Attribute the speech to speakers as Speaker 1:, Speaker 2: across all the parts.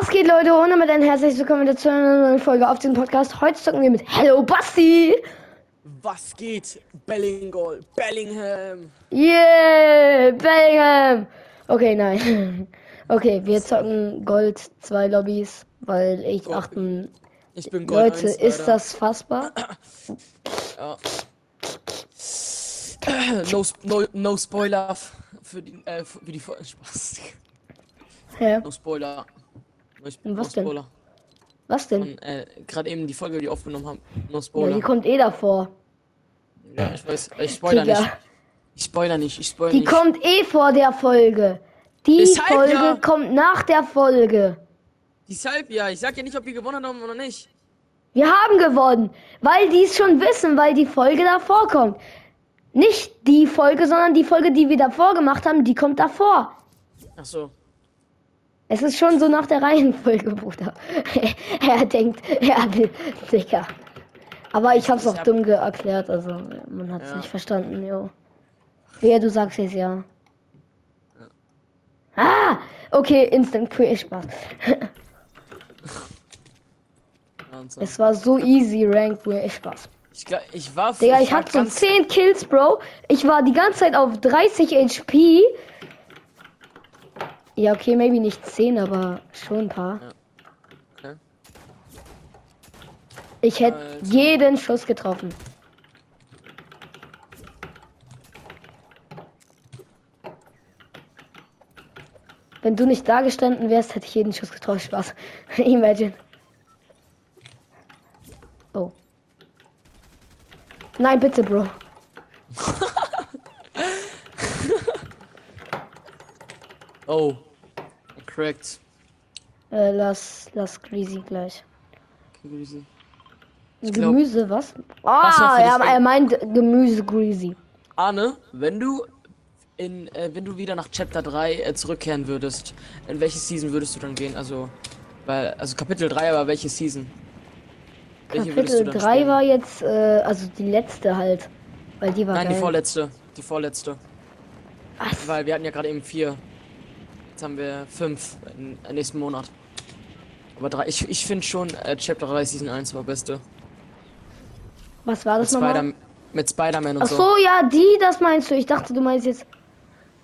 Speaker 1: Okay, Leute, und damit ein herzliches Willkommen wieder zu einer neuen Folge auf dem Podcast. Heute zocken wir mit Hello Basti.
Speaker 2: Was geht? Bellingol, Bellingham.
Speaker 1: Yeah, Bellingham. Okay, nein. Okay, wir zocken Gold 2 Lobbys, weil ich
Speaker 2: Gold.
Speaker 1: achten.
Speaker 2: Ich bin Gold
Speaker 1: Leute,
Speaker 2: 1,
Speaker 1: ist
Speaker 2: Alter.
Speaker 1: das fassbar?
Speaker 2: No, sp- no, no Spoiler f- für die, äh, für die Folge. Spaß.
Speaker 1: Hä?
Speaker 2: No Spoiler. No, ich,
Speaker 1: Und was
Speaker 2: no
Speaker 1: denn?
Speaker 2: Spoiler.
Speaker 1: Was denn?
Speaker 2: Und, äh, gerade eben die Folge, die wir aufgenommen haben. No
Speaker 1: Ja, die
Speaker 2: Spoiler.
Speaker 1: kommt eh davor.
Speaker 2: Ja, ich weiß. Ich spoiler
Speaker 1: Digga.
Speaker 2: nicht. Ich spoiler nicht. Ich spoiler
Speaker 1: Die
Speaker 2: nicht.
Speaker 1: kommt eh vor der Folge. Die
Speaker 2: Deshalb
Speaker 1: Folge
Speaker 2: halt ja.
Speaker 1: kommt nach der Folge.
Speaker 2: Deshalb ja. Ich sag ja nicht, ob wir gewonnen haben oder nicht.
Speaker 1: Wir haben gewonnen, weil die es schon wissen, weil die Folge davor kommt. Nicht die Folge, sondern die Folge, die wir davor gemacht haben, die kommt davor.
Speaker 2: Ach so.
Speaker 1: Es ist schon so nach der Reihenfolge, Bruder. er denkt, er will, Digga. Aber ich hab's auch
Speaker 2: Ich hab-
Speaker 1: dumm ge- erklärt, also man hat's
Speaker 2: Ja.
Speaker 1: nicht verstanden, jo. Wehe, du sagst es ja. Ah! Okay, Instant Quill, Spaß.
Speaker 2: Wahnsinn.
Speaker 1: Es war so easy, Rank Quill, Spaß.
Speaker 2: Ich, glaub, ich war.
Speaker 1: Digga, ich
Speaker 2: war
Speaker 1: hab so
Speaker 2: ganz-
Speaker 1: 10 Kills, Bro. Ich war die ganze Zeit auf 30 HP. Ja, okay, maybe nicht 10, aber schon ein paar.
Speaker 2: Okay.
Speaker 1: Ich hätte
Speaker 2: Alter.
Speaker 1: jeden Schuss getroffen. Wenn du nicht da gestanden wärst, hätte ich jeden Schuss getroffen. Spaß. Imagine. Oh. Nein, bitte, Bro.
Speaker 2: Oh. Cracked.
Speaker 1: Äh, lass, lass Greasy gleich.
Speaker 2: Grüße. glaub-
Speaker 1: Gemüse, was?
Speaker 2: Was
Speaker 1: Ah,
Speaker 2: hast du
Speaker 1: er,
Speaker 2: deswegen-
Speaker 1: er meint Gemüse Greasy.
Speaker 2: Arne, wenn du in, äh, wenn du wieder nach Chapter 3 äh, zurückkehren würdest, in welche Season würdest du dann gehen? Also, weil, also Kapitel 3, aber welche Season? Welche würdest
Speaker 1: Kapitel 3
Speaker 2: spielen?
Speaker 1: war jetzt, äh, also die letzte halt. Weil die war
Speaker 2: Nein,
Speaker 1: geil.
Speaker 2: die vorletzte. Die vorletzte.
Speaker 1: Was?
Speaker 2: Weil wir hatten ja gerade eben vier. Jetzt haben wir fünf in, im nächsten Monat. Aber drei, ich, ich finde schon äh, Chapter 3 Season 1 war beste.
Speaker 1: Was war
Speaker 2: Mit Also-
Speaker 1: das nochmal?
Speaker 2: Spider- mit Spider-Man und
Speaker 1: Ach
Speaker 2: so.
Speaker 1: so, ja, die, das meinst du. Ich dachte, du meinst jetzt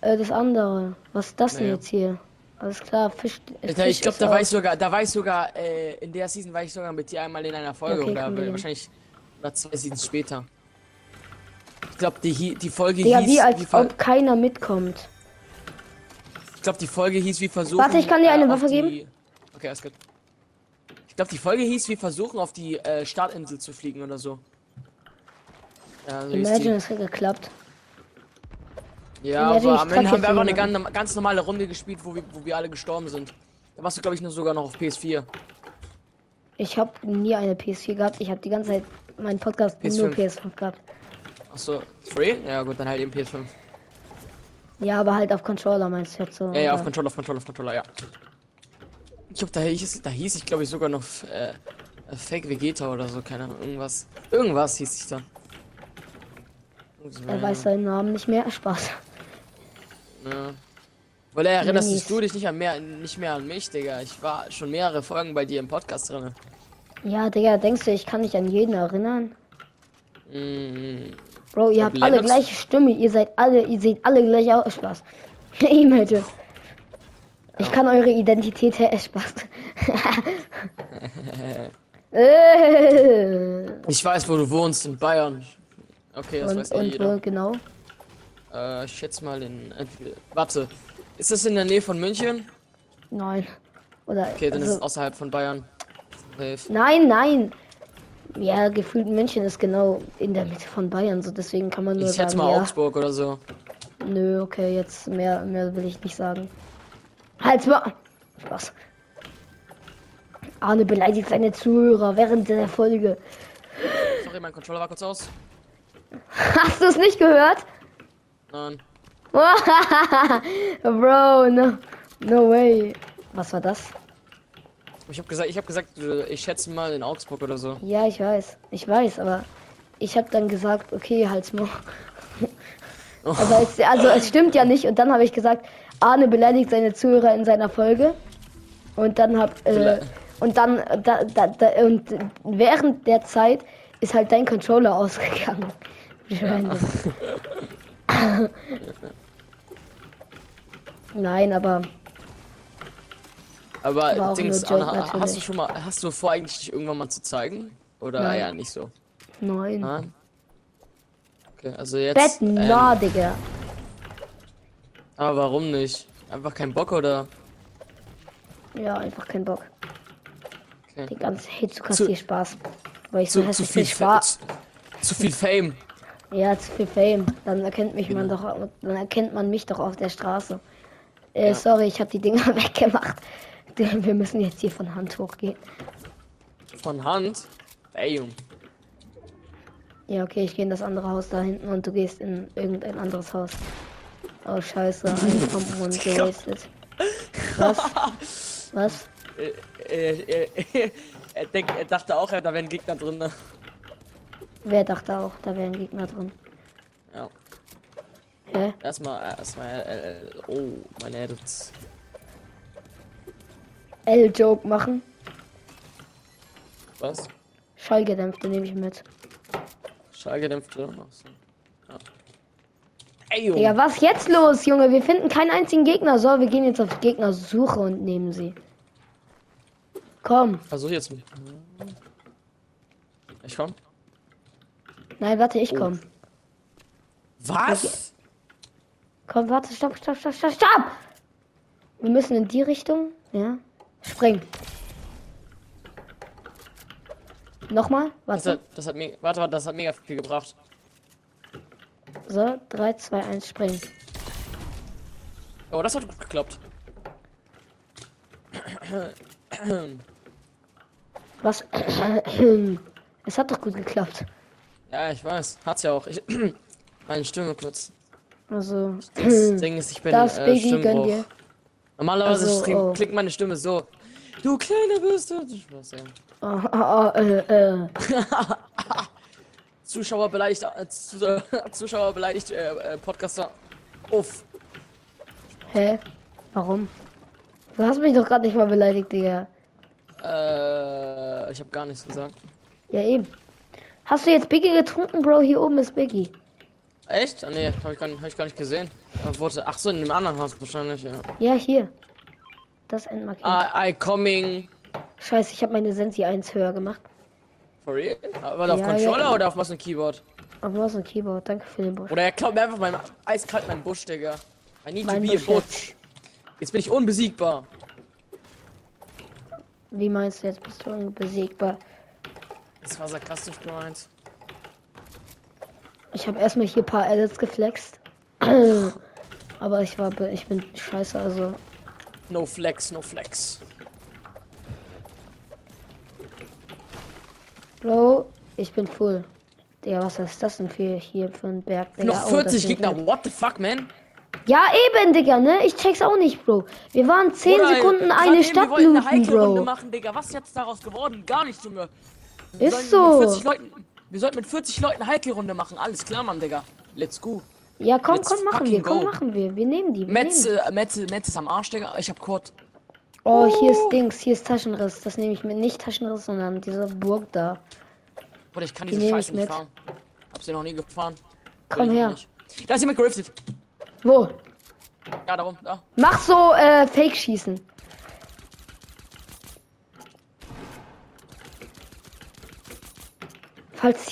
Speaker 1: äh, das andere. Was ist das denn
Speaker 2: Nee.
Speaker 1: jetzt hier? Alles klar, Fisch. äh,
Speaker 2: Ich, ich
Speaker 1: Fisch
Speaker 2: glaube,
Speaker 1: ist
Speaker 2: da
Speaker 1: auch-
Speaker 2: war ich sogar, da war ich sogar, äh, in der Season war ich sogar mit dir einmal in einer Folge
Speaker 1: Okay, komm, wir
Speaker 2: oder
Speaker 1: gehen.
Speaker 2: wahrscheinlich oder zwei Seasons später. Ich glaube, die, hi- die Folge
Speaker 1: Digga,
Speaker 2: hieß,
Speaker 1: wie als
Speaker 2: ver-
Speaker 1: ob keiner mitkommt.
Speaker 2: ich glaube, die Folge hieß, wir versuchen.
Speaker 1: Warte, ich kann dir eine
Speaker 2: auf
Speaker 1: Waffe
Speaker 2: die-
Speaker 1: geben.
Speaker 2: Okay, alles gut. Ich glaube, die Folge hieß, wir versuchen auf die äh, Startinsel zu fliegen oder so. Ja, so hieß die.
Speaker 1: Imagine, es hätte geklappt.
Speaker 2: ja
Speaker 1: Imagine, ich
Speaker 2: aber am
Speaker 1: treff
Speaker 2: Ende haben
Speaker 1: jetzt
Speaker 2: wir einfach eine
Speaker 1: jemanden.
Speaker 2: ganz, ganz normale Runde gespielt, wo wir, wo wir alle gestorben sind. Da warst du, glaube ich, nur sogar noch auf PS4.
Speaker 1: Ich habe nie eine PS4 gehabt. Ich habe die ganze Zeit meinen Podcast nur
Speaker 2: PS5.
Speaker 1: PS5 gehabt.
Speaker 2: Achso, free? Ja, gut, dann halt eben PS5.
Speaker 1: Ja, aber halt auf Controller meinst du jetzt so.
Speaker 2: Ja, ja, auf
Speaker 1: oder?
Speaker 2: Controller, auf Controller, auf Controller, ja. Ich glaube, da hieß, da hieß ich, glaube ich, sogar noch äh, äh, Fake Vegeta oder so, keine Ahnung, irgendwas. Irgendwas hieß ich dann.
Speaker 1: Er weiß seinen Namen nicht mehr. Spaß.
Speaker 2: Ja. Weil er erinnerst
Speaker 1: Minis.
Speaker 2: dich du dich nicht, an mehr, nicht mehr an mich, Digga. Ich war schon mehrere Folgen bei dir im Podcast drin.
Speaker 1: Ja, Digga, denkst du, ich kann mich an jeden erinnern?
Speaker 2: Mm,
Speaker 1: Bro, ihr
Speaker 2: glaub,
Speaker 1: habt alle
Speaker 2: Lennox-
Speaker 1: gleiche Stimme. Ihr seid alle, ihr seht alle gleich aus. Spaß. Imagine. Ich kann eure Identität her. Spaß. Äh,
Speaker 2: ich weiß, wo du wohnst, in Bayern. Okay, das weiß
Speaker 1: und
Speaker 2: ja
Speaker 1: und
Speaker 2: jeder.
Speaker 1: wo genau?
Speaker 2: Äh, ich schätze mal in. entweder- Warte. Ist das in der Nähe von München?
Speaker 1: Nein. Oder
Speaker 2: Okay, dann ist
Speaker 1: also,
Speaker 2: es außerhalb von Bayern. Safe.
Speaker 1: Nein, nein. Ja, gefühlt München ist genau in der Mitte von Bayern, so deswegen kann man nur
Speaker 2: Ich schätze
Speaker 1: sagen,
Speaker 2: mal
Speaker 1: ja.
Speaker 2: Augsburg oder so.
Speaker 1: Nö, okay, jetzt mehr, mehr will ich nicht sagen. Halt's mal! Spaß. Arne beleidigt seine Zuhörer während der Folge.
Speaker 2: Sorry, mein Controller war kurz aus.
Speaker 1: Hast du es nicht gehört?
Speaker 2: Nein.
Speaker 1: Bro, no, no way. Was war das?
Speaker 2: Ich habe gesagt, ich habe gesagt, äh, ich schätze mal in Augsburg oder so.
Speaker 1: Ja, ich weiß. Ich weiß, aber ich habe dann gesagt, okay, halt's mal. Aber es, also es stimmt ja nicht. Und dann habe ich gesagt, Arne beleidigt seine Zuhörer in seiner Folge. Und dann hab äh,
Speaker 2: Vielleicht-
Speaker 1: und dann äh, da, da, da, und während der Zeit ist halt dein Controller ausgegangen. Random. Nein, aber War
Speaker 2: Aber
Speaker 1: auch
Speaker 2: Dings,
Speaker 1: nur Joke,
Speaker 2: Anna, hast du
Speaker 1: natürlich.
Speaker 2: schon mal, hast du vor, eigentlich dich irgendwann mal zu zeigen? Oder
Speaker 1: Nein.
Speaker 2: ja, nicht so.
Speaker 1: nein.
Speaker 2: Nein. Okay, also jetzt.
Speaker 1: Bett
Speaker 2: ähm,
Speaker 1: na, Digga.
Speaker 2: aber warum nicht? Einfach kein Bock oder?
Speaker 1: Ja, einfach kein Bock.
Speaker 2: Okay.
Speaker 1: Den ganzen Hate zu kassieren Spaß. Weil ich so
Speaker 2: Zu, zu
Speaker 1: hässlich
Speaker 2: viel
Speaker 1: bin,
Speaker 2: Fa
Speaker 1: Spaß.
Speaker 2: zu, zu viel Fame.
Speaker 1: Ja, zu viel Fame. Dann erkennt mich
Speaker 2: Genau.
Speaker 1: man doch, dann erkennt man mich doch auf der Straße. Äh,
Speaker 2: Ja.
Speaker 1: sorry, ich habe die Dinger weggemacht. Wir müssen jetzt hier von Hand hochgehen.
Speaker 2: Von Hand. Ey, Junge.
Speaker 1: Ja, okay, ich gehe in das andere Haus da hinten und du gehst in irgendein anderes Haus. Oh, scheiße, ein Komponent gewastet. Was? Was?
Speaker 2: Äh, äh, äh, er, denk, er dachte auch, da wären Gegner drin. ne?
Speaker 1: Wer dachte auch, da wären Gegner drin?
Speaker 2: Ja.
Speaker 1: Hä?
Speaker 2: Erstmal, erstmal, äh, äh, oh, meine Edits.
Speaker 1: L-Joke machen?
Speaker 2: Was?
Speaker 1: Schallgedämpfte nehme ich mit.
Speaker 2: Schallgedämpft drin? Ach so. Ja. Ey, Junge.
Speaker 1: Digga, was jetzt los, Junge? Wir finden keinen einzigen Gegner. So, wir gehen jetzt auf Gegnersuche und nehmen sie. Komm.
Speaker 2: Versuch jetzt nicht. Ich komm.
Speaker 1: Nein, warte, ich komm.
Speaker 2: Was?
Speaker 1: Komm, warte, stopp, stopp, stopp, stopp, stopp! Wir müssen in die Richtung, ja? Spring. Nochmal,
Speaker 2: Das
Speaker 1: warte.
Speaker 2: hat, das hat mir, warte, warte, das hat mega viel gebracht.
Speaker 1: So, 3, 2, 1, springen.
Speaker 2: Oh, das hat gut geklappt.
Speaker 1: Was? es hat doch gut geklappt.
Speaker 2: Ja, ich weiß. Hat's ja auch. Ich, meine Stimme kurz.
Speaker 1: Also,
Speaker 2: Das Ding ist, ich bin
Speaker 1: Das
Speaker 2: äh,
Speaker 1: Biggie gönn
Speaker 2: Stimmbruch.
Speaker 1: dir.
Speaker 2: Normalerweise
Speaker 1: Also,
Speaker 2: stream,
Speaker 1: oh.
Speaker 2: klingt meine Stimme so. Du kleine Bürste. Du Spaß, ja.
Speaker 1: oh, oh, oh, äh, äh.
Speaker 2: Zuschauer beleidigt, äh, zu, äh, Zuschauer beleidigt, äh, äh, Podcaster. Uff.
Speaker 1: Hä? Warum? Du hast mich doch gerade nicht mal beleidigt, Digga.
Speaker 2: Äh, ich habe gar nichts gesagt.
Speaker 1: Ja, eben. Hast du jetzt Biggie getrunken, Bro? Hier oben ist Biggie.
Speaker 2: Echt? Ah, nee, hab ich, gar nicht, hab ich gar nicht gesehen. Äh, Wurde, ach so, in dem anderen Haus wahrscheinlich, ja. Ah,
Speaker 1: Ja, hier. Das Endmarkier.
Speaker 2: I, I coming.
Speaker 1: Scheiße, ich habe meine Sensi 1 höher gemacht.
Speaker 2: For real? Aber auf
Speaker 1: Ja,
Speaker 2: Controller
Speaker 1: ja.
Speaker 2: oder auf was ein Keyboard?
Speaker 1: Aber was ein Keyboard. Danke für den Busch.
Speaker 2: Oder er klaut mir einfach meinen eiskalt meinen Busch, Digga. I need
Speaker 1: Mein
Speaker 2: to be
Speaker 1: Busch
Speaker 2: a Butch. Jetzt bin ich unbesiegbar.
Speaker 1: Wie meinst du jetzt? Bist du unbesiegbar?
Speaker 2: Das war sarkastisch gemeint.
Speaker 1: Ich habe erstmal hier ein paar Edits geflext. Aber ich war, be- ich bin scheiße, also.
Speaker 2: No flex, no flex.
Speaker 1: Bro, ich bin full. Digga, was ist das denn für hier für ein Berg? Digga?
Speaker 2: Noch
Speaker 1: Oh, das
Speaker 2: 40
Speaker 1: sind-
Speaker 2: Gegner, what the fuck, man?
Speaker 1: Ja, eben, Digga, ne? Ich check's auch nicht, Bro. Wir waren 10
Speaker 2: Oder, ey,
Speaker 1: Sekunden
Speaker 2: grad
Speaker 1: eine
Speaker 2: eben,
Speaker 1: Stadt
Speaker 2: Wir wollten eine
Speaker 1: looten,
Speaker 2: heikle Runde
Speaker 1: Bro.
Speaker 2: machen, Digga. Was ist jetzt daraus geworden? Gar nichts, Junge. Wir
Speaker 1: Ist
Speaker 2: sollten mit
Speaker 1: so.
Speaker 2: 40 Leuten, wir sollten mit 40 Leuten heikle Runde machen. Alles klar, Mann, Digga. Let's go.
Speaker 1: Ja, komm,
Speaker 2: Let's
Speaker 1: komm, machen wir,
Speaker 2: fucking
Speaker 1: komm,
Speaker 2: go.
Speaker 1: machen wir. Wir nehmen die. Wir nehmen
Speaker 2: Metz, äh, Metz, Metz ist am Arsch, Digga. Ich hab Kurt.
Speaker 1: Oh, hier ist Dings, hier ist Taschenriss. Das nehme ich mit. Nicht Taschenriss, sondern diese Burg da.
Speaker 2: Oder ich kann
Speaker 1: Die
Speaker 2: diese
Speaker 1: nehm ich
Speaker 2: Scheiße nicht
Speaker 1: mit.
Speaker 2: fahren. Hab sie noch nie gefahren.
Speaker 1: Komm
Speaker 2: Will ich
Speaker 1: her.
Speaker 2: nicht. Da ist jemand geriftet.
Speaker 1: Wo?
Speaker 2: Ja, darum, da.
Speaker 1: Mach so äh, Fake-Schießen. Falls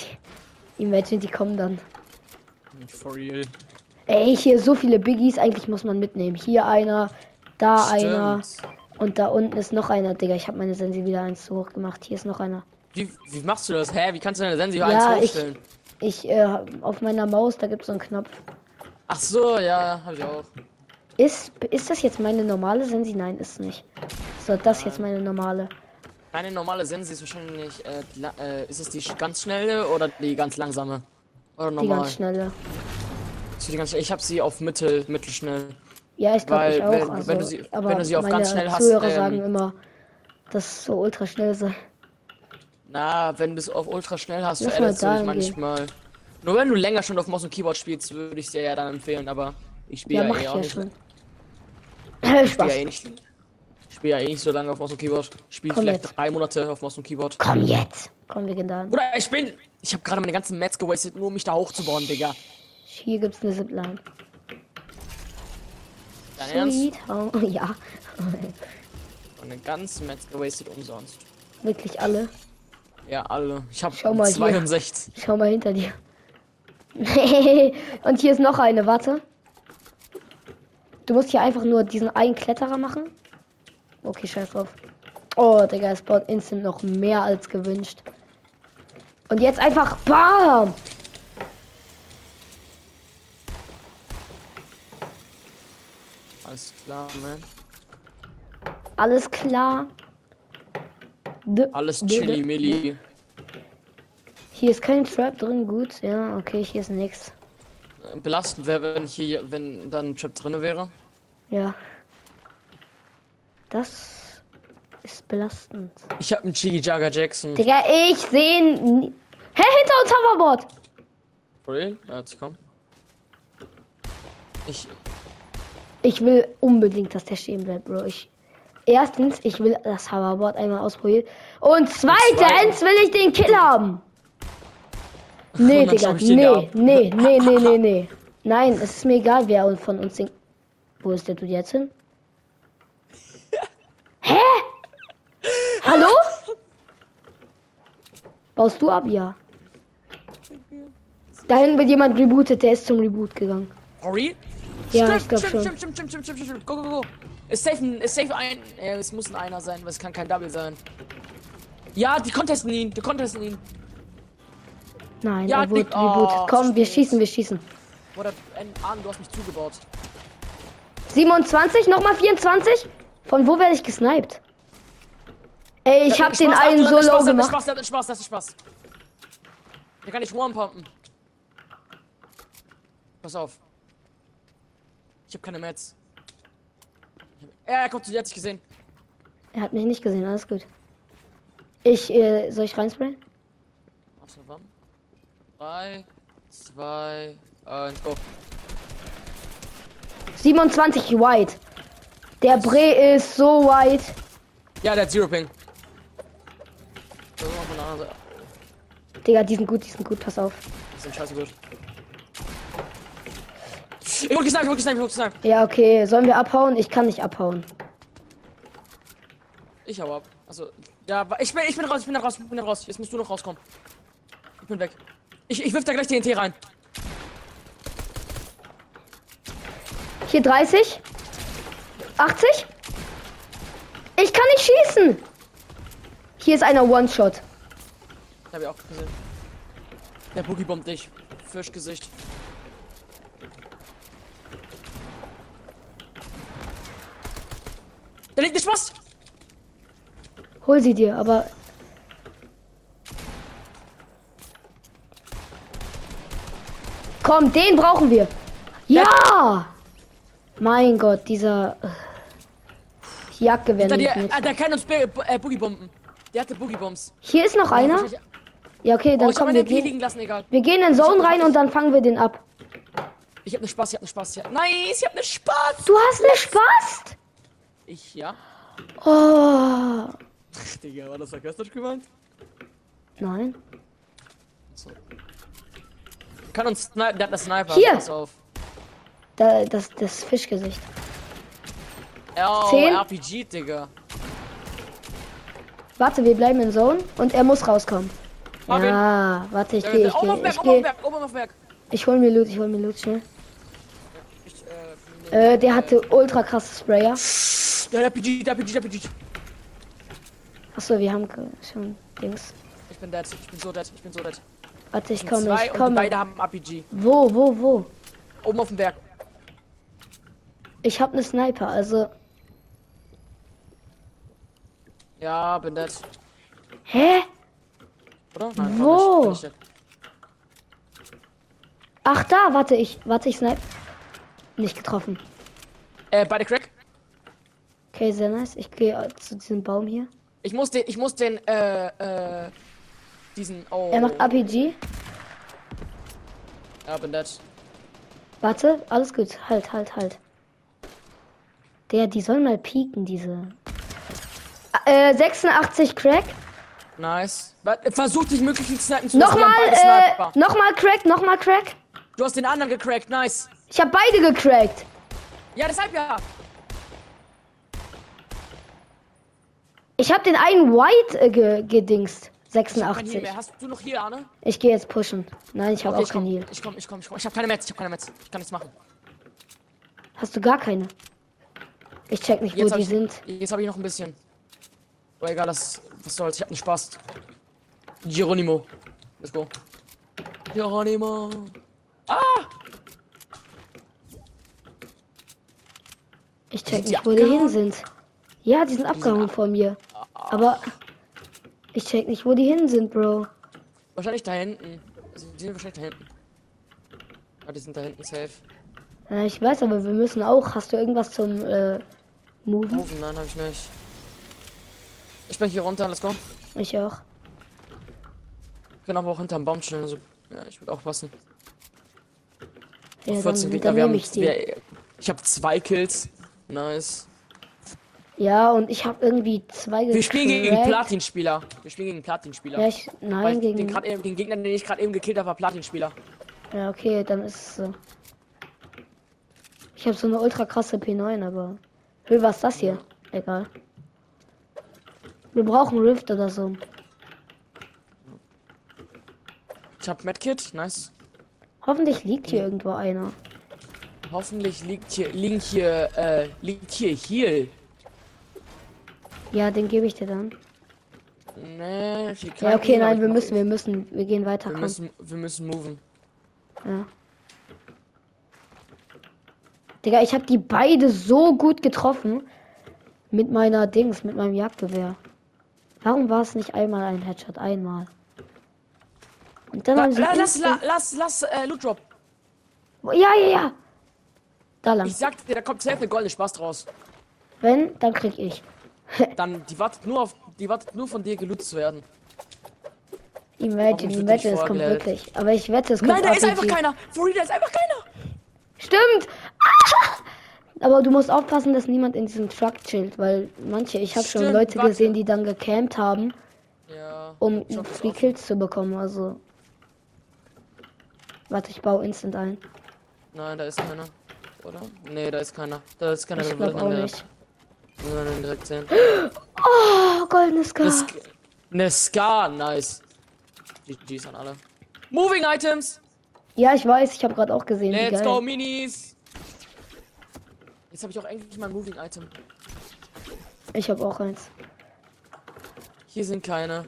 Speaker 1: die. Imagine, die kommen dann.
Speaker 2: For real.
Speaker 1: Ey, hier so viele Biggies. Eigentlich muss man mitnehmen. Hier einer, da einer. Und da unten ist noch einer, Digga. Ich habe meine Sensi wieder eins zu hoch gemacht. Hier ist noch einer.
Speaker 2: Wie, wie machst du das? Hä? Wie kannst du deine Sensi
Speaker 1: Ja,
Speaker 2: 1
Speaker 1: ich-
Speaker 2: hochstellen?
Speaker 1: Ich, äh, auf meiner Maus, da gibt's so einen Knopf.
Speaker 2: Ach so, ja, hab ich auch.
Speaker 1: Ist, ist das jetzt meine normale Sensi? Nein, ist nicht. So, das ist jetzt meine normale.
Speaker 2: Meine normale Sensi ist wahrscheinlich, äh, die la- äh, ist es die sch- ganz schnelle oder die ganz langsame? Oder
Speaker 1: Die
Speaker 2: normal?
Speaker 1: ganz schnelle.
Speaker 2: Ist die ganz schnell. Ich hab sie auf mittel, mittelschnell.
Speaker 1: Ja, ich glaube
Speaker 2: Weil,
Speaker 1: ich auch.
Speaker 2: wenn-
Speaker 1: also,
Speaker 2: wenn du sie-
Speaker 1: aber
Speaker 2: wenn du sie auf
Speaker 1: meine
Speaker 2: ganz schnell hast,
Speaker 1: Zuhörer
Speaker 2: ähm,
Speaker 1: sagen immer, dass so ultra schnell sei.
Speaker 2: Na, wenn du es auf ultra schnell hast,
Speaker 1: Lass
Speaker 2: veränderst du
Speaker 1: mal
Speaker 2: dich
Speaker 1: dahin gehen.
Speaker 2: manchmal. Nur wenn du länger schon auf Maus und Keyboard spielst, würde ich dir ja dann empfehlen, aber ich
Speaker 1: Ja,
Speaker 2: spiele ja,
Speaker 1: mach ich
Speaker 2: eh auch
Speaker 1: ja
Speaker 2: nicht.
Speaker 1: schon.
Speaker 2: Ich spiele
Speaker 1: Spaß.
Speaker 2: ja eh nicht. Ich spiele ja eh nicht so lange auf Maus und Keyboard. Ich spiele
Speaker 1: Komm
Speaker 2: vielleicht
Speaker 1: jetzt.
Speaker 2: drei Monate auf Maus und Keyboard.
Speaker 3: Komm jetzt.
Speaker 1: Komm, wir gehen da an.
Speaker 2: Bruder, ich bin. Ich habe gerade meine ganzen Mats gewastet, nur um mich da hochzubauen, Digga.
Speaker 1: Hier gibt's eine Zipline.
Speaker 2: Dein Ernst?
Speaker 1: Sweet Home. Ja.
Speaker 2: Meine ganzen Mats gewastet umsonst.
Speaker 1: Wirklich alle.
Speaker 2: Ja, alle. Ich habe
Speaker 1: Schau mal hier.
Speaker 2: 62.
Speaker 1: Schau mal hinter dir. Und hier ist noch eine, warte. Du musst hier einfach nur diesen einen Kletterer machen. Okay, scheiß drauf. Oh, Digga, es spawnt instant noch mehr als gewünscht. Und jetzt einfach BAM!
Speaker 2: Alles klar, man.
Speaker 1: Alles klar. D-
Speaker 2: Alles
Speaker 1: d-
Speaker 2: Chili Milli.
Speaker 1: Hier ist kein Trap drin, gut. Ja, okay, hier ist nichts.
Speaker 2: Äh, Belastend wäre, wenn hier, wenn dann ein Trap drin wäre.
Speaker 1: Ja. Das ist belastend.
Speaker 2: Ich habe einen Chili Jagger Jackson.
Speaker 1: Digga, ich sehe ihn. nie- Hä, hinter uns Hoverboard!
Speaker 2: Real? Ja, jetzt komm. Ich.
Speaker 1: Ich will unbedingt, dass der stehen bleibt, Bro. Ich, erstens, ich will das Hoverboard einmal ausprobieren. Und zweitens will ich den Kill haben. Nee,
Speaker 2: Und dann
Speaker 1: Digga,
Speaker 2: schnapp ich den dir
Speaker 1: nee,
Speaker 2: ab.
Speaker 1: nee, nee, nee, nee, nee. Nein, es ist mir egal, wer von uns den... Wo ist der Dude jetzt hin? Hä? Hallo? Baust du ab? Ja. Dahin wird jemand rebootet, der ist zum Reboot gegangen.
Speaker 2: For real?
Speaker 1: Ja, ich glaub
Speaker 2: stimmt,
Speaker 1: schon.
Speaker 2: stimmt, stimmt, stimmt, stimmt, stimmt, stimmt, stimmt. Go, go, go. Ist safe, ein- ist safe ein. Ja, es muss ein Einer sein, weil es kann kein Double sein. Ja, die contesten ihn, die contesten ihn.
Speaker 1: Nein,
Speaker 2: Ja,
Speaker 1: er wurde
Speaker 2: Nick- oh,
Speaker 1: rebootet. Komm, wir
Speaker 2: shit.
Speaker 1: schießen, wir schießen.
Speaker 2: Oder, Arm, du hast mich zugebaut.
Speaker 1: 27, nochmal 24? Von wo werde ich gesniped? Ey, ich hab
Speaker 2: Spaß,
Speaker 1: den
Speaker 2: Achtung,
Speaker 1: einen
Speaker 2: das
Speaker 1: so
Speaker 2: ist
Speaker 1: low
Speaker 2: Spaß, das ist
Speaker 1: gemacht.
Speaker 2: Spaß, das ist Spaß, das ist Spaß. Der kann ich warmpumpen. Pass auf. Ich hab keine Mats. Ja, er kommt zu dir, hat sich gesehen.
Speaker 1: Er hat mich nicht gesehen, alles gut. Ich, äh, soll ich reinsprayen?
Speaker 2: Warte, wann? 3, 2, 1, go.
Speaker 1: 27 white. Der Bre ist so white.
Speaker 2: Ja, der hat Zero Ping. So, mal von der anderen Seite.
Speaker 1: Digga, die sind gut, die sind gut, pass auf.
Speaker 2: Die sind scheiße gut. Ich wurde gesniped, ich wurde gesniped, ich wurde gesniped.
Speaker 1: Ja, okay, sollen wir abhauen? Ich kann nicht abhauen.
Speaker 2: Ich hau ab. Also, ja, wa- ich bin, ich bin raus, ich bin da raus, ich bin da raus. Jetzt musst du noch rauskommen. Ich bin weg. Ich, ich wirf da gleich TNT rein.
Speaker 1: Hier 30. 80. Ich kann nicht schießen. Hier ist einer One-Shot.
Speaker 2: Das hab ich auch gesehen. Der Boogie bombt dich. Fischgesicht. Da liegt nicht was!
Speaker 1: Hol sie dir, aber Komm, den brauchen wir. Ja! Mein Gott, dieser äh, Jacke
Speaker 2: Da
Speaker 1: wäre
Speaker 2: die,
Speaker 1: nicht mit.
Speaker 2: äh, der kann uns Be- äh, Boogie bomben. Der hatte Boogie Bombs.
Speaker 1: Hier ist noch einer.
Speaker 2: Oh, ich Oh,
Speaker 1: Ja, okay, dann
Speaker 2: hab
Speaker 1: kommen
Speaker 2: meine
Speaker 1: wir
Speaker 2: MP
Speaker 1: gehen.
Speaker 2: liegen lassen, egal.
Speaker 1: Wir gehen in Zone rein und dann fangen wir den ab.
Speaker 2: Ich hab ne Spaß, ich hab ne Spaß. Ich hab... Nice, ich hab ne Spaß!
Speaker 1: Du hast eine Spaß?
Speaker 2: Ich, ja?
Speaker 1: Oh.
Speaker 2: Digga, war das sarkastisch gemeint?
Speaker 1: Nein.
Speaker 2: So. Kann uns snipen, der hat einen Sniper.
Speaker 1: Hier.
Speaker 2: Pass auf.
Speaker 1: Da, das, das Fischgesicht.
Speaker 2: Oh,
Speaker 1: Zehn.
Speaker 2: RPG, Digga.
Speaker 1: Warte, wir bleiben in Zone und er muss rauskommen.
Speaker 2: Marvin.
Speaker 1: Ja, warte, ich
Speaker 2: Äh,
Speaker 1: gehe, ich
Speaker 2: oben auf
Speaker 1: gehe,
Speaker 2: Berg,
Speaker 1: ich
Speaker 2: oben auf
Speaker 1: gehe.
Speaker 2: Berg, oben auf Berg.
Speaker 1: Ich hol mir Loot, ich hol mir Loot schnell.
Speaker 2: Ich, äh, nee.
Speaker 1: Äh, der hatte ultra krasses Sprayer.
Speaker 2: Der RPG, der RPG, der RPG.
Speaker 1: Achso, wir haben ge- schon Dings.
Speaker 2: Ich bin dead, ich bin so dead, ich bin so dead.
Speaker 1: Warte, ich
Speaker 2: Sind
Speaker 1: komme,
Speaker 2: zwei
Speaker 1: ich
Speaker 2: und die beide
Speaker 1: komme.
Speaker 2: haben RPG.
Speaker 1: Wo, wo, wo?
Speaker 2: Oben auf dem Berg.
Speaker 1: Ich hab ne Sniper, also.
Speaker 2: Ja, bin dead.
Speaker 1: Hä?
Speaker 2: Oder? Nein,
Speaker 1: Wo?
Speaker 2: Bin ich dead.
Speaker 1: Ach da, warte, ich, warte, ich snipe. Nicht getroffen.
Speaker 2: Äh, beide Crack.
Speaker 1: Okay, sehr nice. Ich gehe äh, zu diesem Baum hier.
Speaker 2: Ich muss den, ich muss den, äh, äh, diesen, oh.
Speaker 1: Er macht RPG.
Speaker 2: Ja, bin dead.
Speaker 1: Warte, alles gut. Halt, halt, halt. Der, die sollen mal pieken, diese äh, 86 Crack.
Speaker 2: Nice. Warte, Versuch dich möglichst viel snipen zu lassen, wir
Speaker 1: Nochmal,
Speaker 2: haben beide Sniper.
Speaker 1: äh, nochmal Crack, nochmal Crack.
Speaker 2: Du hast den anderen gecrackt, nice.
Speaker 1: Ich habe beide gecrackt.
Speaker 2: Ja, deshalb ja.
Speaker 1: Ich habe den einen White äh, ge gedingst.
Speaker 2: Ich hab kein Heal
Speaker 1: 86.
Speaker 2: mehr. Hast du noch Heal, Arne?
Speaker 1: Ich gehe jetzt pushen. Nein, ich habe
Speaker 2: Okay,
Speaker 1: auch kein Heal.
Speaker 2: ich komm, ich komm, ich komm, ich komm. Ich hab keine Metz, ich hab keine Metz. Ich kann nichts machen.
Speaker 1: Hast du gar keine? Ich check nicht, wo
Speaker 2: Jetzt hab
Speaker 1: die
Speaker 2: ich,
Speaker 1: sind.
Speaker 2: Jetzt hab ich noch ein bisschen. Aber egal, das, was soll's. Ich hab einen Spaß. Geronimo. Let's go. Geronimo.
Speaker 1: Ich
Speaker 2: Sind
Speaker 1: check
Speaker 2: die
Speaker 1: nicht, wo die hin
Speaker 2: abgehauen?
Speaker 1: sind. Ja, die sind abgehauen von mir. Aber ich check nicht, wo die hin sind, Bro.
Speaker 2: Wahrscheinlich da hinten. Also, die sind wahrscheinlich da hinten. Ja, die sind da hinten safe.
Speaker 1: Ja, ich weiß, aber wir müssen auch. Hast du irgendwas zum äh, Move?
Speaker 2: Rufen, nein, hab ich nicht. Ich bin hier runter, let's go.
Speaker 1: Ich auch.
Speaker 2: Ich kann aber auch hinterm Baum chillen. Also, ja, ich würde auch passen.
Speaker 1: Ja,
Speaker 2: 14
Speaker 1: dann,
Speaker 2: Gegner,
Speaker 1: dann
Speaker 2: wir haben.
Speaker 1: nehme ich die.
Speaker 2: Wir, ich habe zwei Kills. Nice.
Speaker 1: Ja, und ich habe irgendwie zwei
Speaker 2: Wir spielen gegen
Speaker 1: gecrackt.
Speaker 2: Platin-Spieler. Wir spielen gegen Platin-Spieler.
Speaker 1: Ja, ich,
Speaker 2: Weil
Speaker 1: nein,
Speaker 2: den,
Speaker 1: gegen.
Speaker 2: grad eben, den Gegner, den ich gerade eben gekillt habe, war Platin-Spieler.
Speaker 1: Ja, okay, dann ist es so. Ich habe so eine ultra krasse P9, aber. Hey, was ist das hier? Egal. Wir brauchen Rift oder so.
Speaker 2: Ich habe Medkit, nice.
Speaker 1: Hoffentlich liegt hier irgendwo einer.
Speaker 2: Hoffentlich liegt hier, liegen hier, äh, liegt hier Heal.
Speaker 1: Ja, den gebe ich dir dann.
Speaker 2: Nee, Ne, hier kein
Speaker 1: Ja, okay,
Speaker 2: Heal, aber
Speaker 1: nein,
Speaker 2: genau, ich
Speaker 1: wir
Speaker 2: mach-
Speaker 1: müssen, wir müssen, wir gehen weiter.
Speaker 2: Wir
Speaker 1: komm.
Speaker 2: müssen, wir müssen moven.
Speaker 1: Ja. Digga, ich habe die beide so gut getroffen. Mit meiner Dings, mit meinem Jagdgewehr. Warum war es nicht einmal ein Headshot? Einmal. Und dann
Speaker 2: La,
Speaker 1: haben sie.
Speaker 2: la, lass, la,
Speaker 1: instant-
Speaker 2: lass, lass, äh, Loot Drop.
Speaker 1: ja, ja, ja. Da lang.
Speaker 2: Ich sag dir, da kommt safe eine goldene Spaß draus.
Speaker 1: Wenn, dann krieg ich.
Speaker 2: Dann, die wartet nur auf, die wartet nur von dir gelootet zu werden.
Speaker 1: Imagine,
Speaker 2: wird
Speaker 1: imagine,
Speaker 2: nicht
Speaker 1: es kommt
Speaker 2: vorgelegt?
Speaker 1: wirklich. Aber ich wette, es kommt
Speaker 2: Nein, da ist
Speaker 1: RPG.
Speaker 2: einfach keiner. Free, da ist einfach keiner.
Speaker 1: Stimmt! Ah! Aber du musst aufpassen, dass niemand in diesem Truck chillt, weil manche, ich habe schon
Speaker 2: Stimmt,
Speaker 1: Leute
Speaker 2: warte.
Speaker 1: gesehen, die dann gecampt haben,
Speaker 2: Ja.
Speaker 1: um
Speaker 2: Ich hoffe, es
Speaker 1: Free
Speaker 2: auch.
Speaker 1: Kills zu bekommen, also. Warte, ich baue instant ein.
Speaker 2: Nein, da ist keiner. Oder? Nee, da ist keiner. Da ist keiner.
Speaker 1: Ich
Speaker 2: Wir
Speaker 1: glaube
Speaker 2: würden
Speaker 1: auch
Speaker 2: dann direkt-
Speaker 1: nicht.
Speaker 2: wir würden dann direkt sehen.
Speaker 1: Oh, goldenes
Speaker 2: Eine
Speaker 1: Gas.
Speaker 2: Sk- Eine ne, Scar, nice. GG's an alle. Moving Items!
Speaker 1: Ja, ich weiß, ich habe gerade auch gesehen. Wie
Speaker 2: Let's
Speaker 1: geil.
Speaker 2: go, Minis! Jetzt habe ich auch endlich mein Moving Item.
Speaker 1: Ich habe auch eins.
Speaker 2: Hier sind keine.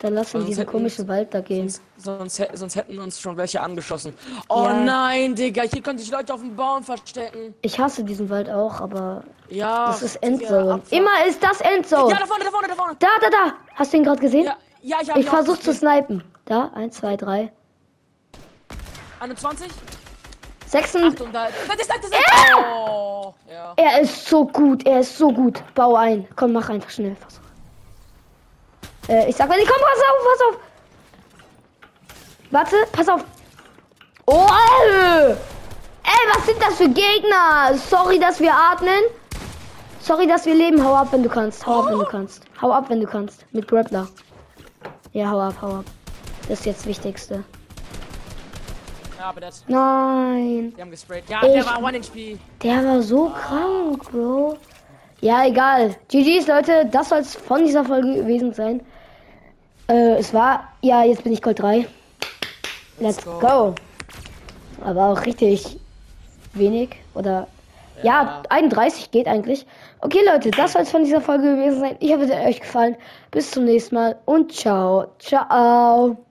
Speaker 1: Dann lass in
Speaker 2: Sonst
Speaker 1: diesen
Speaker 2: hätten
Speaker 1: komischen Wald da gehen.
Speaker 2: Sonst, sonst, hä- sonst hätten uns schon welche angeschossen. Oh
Speaker 1: Ja.
Speaker 2: nein, Digga, hier können sich Leute auf dem Baum verstecken.
Speaker 1: Ich hasse diesen Wald auch, aber
Speaker 2: Ja.
Speaker 1: das ist
Speaker 2: Digga,
Speaker 1: Endzone.
Speaker 2: Abfuck.
Speaker 1: Immer ist das Endzone.
Speaker 2: Ja, da vorne, da vorne, da vorne.
Speaker 1: Da, da, da. Hast du ihn gerade gesehen?
Speaker 2: Ja, ja ich habe
Speaker 1: Ich versuche zu snipen. Da, 1, 2, 3.
Speaker 2: 21?
Speaker 1: 6.
Speaker 2: Und da. Das ist, das ist, Oh, ja.
Speaker 1: Er ist so gut, er ist so gut. Bau ein. Komm, mach einfach schnell. Versuch. Äh, ich sag mal, komm, pass auf, pass auf. Warte, pass auf. Oh, ey. ey, was sind das für Gegner? Sorry, dass wir atmen. Sorry, dass wir leben. Hau ab, wenn du kannst. Hau ab, wenn du kannst. Hau ab, wenn du kannst. Mit Grappler. Ja, hau ab, hau ab. Das ist jetzt das Wichtigste.
Speaker 2: Ja, aber das.
Speaker 1: Nein.
Speaker 2: Die haben gesprayt. Ja,
Speaker 1: Ich-
Speaker 2: der war 1 HP.
Speaker 1: Der war so krank, Bro. Ja, egal. GG's, Leute. Das soll's von dieser Folge gewesen sein. Äh, es war. Ja, jetzt bin ich Gold 3. Let's go.
Speaker 2: go.
Speaker 1: Aber auch richtig wenig. Oder. Ja,
Speaker 2: Ja.
Speaker 1: 31 geht eigentlich. Okay, Leute, das soll's von dieser Folge gewesen sein. Ich hoffe, es hat euch gefallen. Bis zum nächsten Mal und ciao. Ciao.